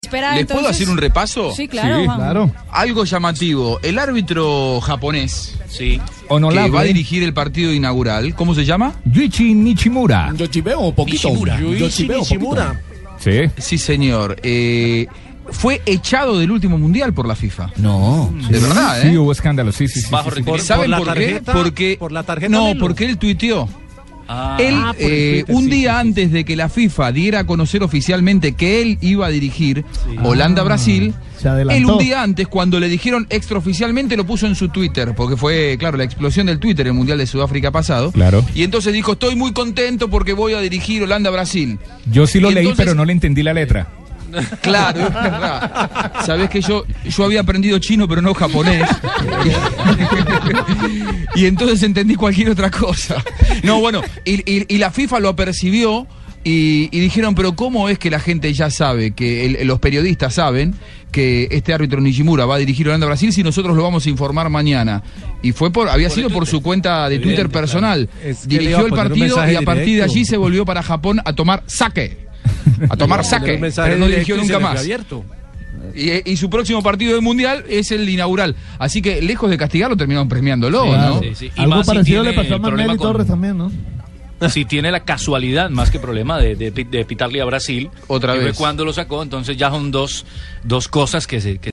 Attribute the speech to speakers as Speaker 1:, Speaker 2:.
Speaker 1: esperar.
Speaker 2: ¿Les puedo
Speaker 1: entonces-
Speaker 2: hacer un repaso?
Speaker 1: Sí, claro. Juan.
Speaker 2: Algo llamativo. El árbitro japonés
Speaker 3: Sí.
Speaker 2: que va a
Speaker 4: Honorable.
Speaker 2: dirigir el partido inaugural, ¿cómo se llama?
Speaker 4: Yuichi Nichimura.
Speaker 5: Yo chiveo poquito.
Speaker 3: Nishimura.
Speaker 5: Yo
Speaker 3: Yuichi
Speaker 5: chiveo
Speaker 3: Nishimura.
Speaker 5: poquito.
Speaker 4: Sí.
Speaker 2: Sí, señor. Eh, fue echado del último mundial por la FIFA.
Speaker 4: No.
Speaker 2: De verdad,
Speaker 4: Sí,
Speaker 2: ¿eh?
Speaker 4: hubo escándalo. Sí, sí, sí.
Speaker 3: Bajo
Speaker 4: sí, sí.
Speaker 3: Por-
Speaker 2: ¿Saben
Speaker 3: por la
Speaker 2: por, qué?
Speaker 3: tarjeta-
Speaker 2: porque
Speaker 3: por la tarjeta
Speaker 2: No,
Speaker 3: Melo.
Speaker 2: porque él tuiteó.
Speaker 3: Ah,
Speaker 2: Él,
Speaker 4: Ah, por el
Speaker 2: eh,
Speaker 4: Twitter,
Speaker 2: un
Speaker 4: sí,
Speaker 2: día
Speaker 4: sí, sí.
Speaker 2: antes de que la FIFA diera a conocer oficialmente que él iba a dirigir
Speaker 4: Ah,
Speaker 2: Holanda-Brasil,
Speaker 6: se adelantó.
Speaker 2: él un día antes, cuando le dijeron extraoficialmente, lo puso en su Twitter, porque fue, claro, la explosión del Twitter en el Mundial de Sudáfrica pasado.
Speaker 4: Claro.
Speaker 2: Y entonces dijo, estoy muy contento porque voy a dirigir Holanda-Brasil.
Speaker 4: Yo sí lo
Speaker 2: Y
Speaker 4: leí,
Speaker 2: entonces-
Speaker 4: pero no le entendí la letra.
Speaker 2: Claro, es verdad. Sabés que yo, yo había aprendido chino, pero no japonés. y entonces entendí cualquier otra cosa. No, bueno, y, y- y la FIFA lo apercibió y, y dijeron, pero ¿cómo es que la gente ya sabe, que el- los periodistas saben que este árbitro Nishimura va a dirigir Holanda Brasil si nosotros lo vamos a informar mañana? Y fue por, había sido por su cuenta de Twitter personal.
Speaker 7: Es que le iba a
Speaker 2: Dirigió el
Speaker 7: poner un
Speaker 2: partido y
Speaker 7: mensaje
Speaker 2: a partir de
Speaker 7: directo.
Speaker 2: allí se volvió para Japón a tomar saque. A tomar saque, pero no dirigió nunca más.
Speaker 7: Abierto.
Speaker 2: Y, y su próximo partido del Mundial es el inaugural. Así que, lejos de castigarlo, terminaron premiándolo, Ah, ¿no?
Speaker 3: sí, sí. Y
Speaker 6: Algo
Speaker 3: más si
Speaker 6: parecido le
Speaker 3: tiene
Speaker 6: pasó a Manuel
Speaker 3: problema
Speaker 6: y
Speaker 3: con-
Speaker 6: Torres también, ¿no?
Speaker 3: Si tiene la casualidad, más que problema, de, de, pi- de pitarle a Brasil.
Speaker 2: Otra
Speaker 3: Y
Speaker 2: vez.
Speaker 3: Fue cuando lo sacó, entonces ya son dos, dos cosas que se... que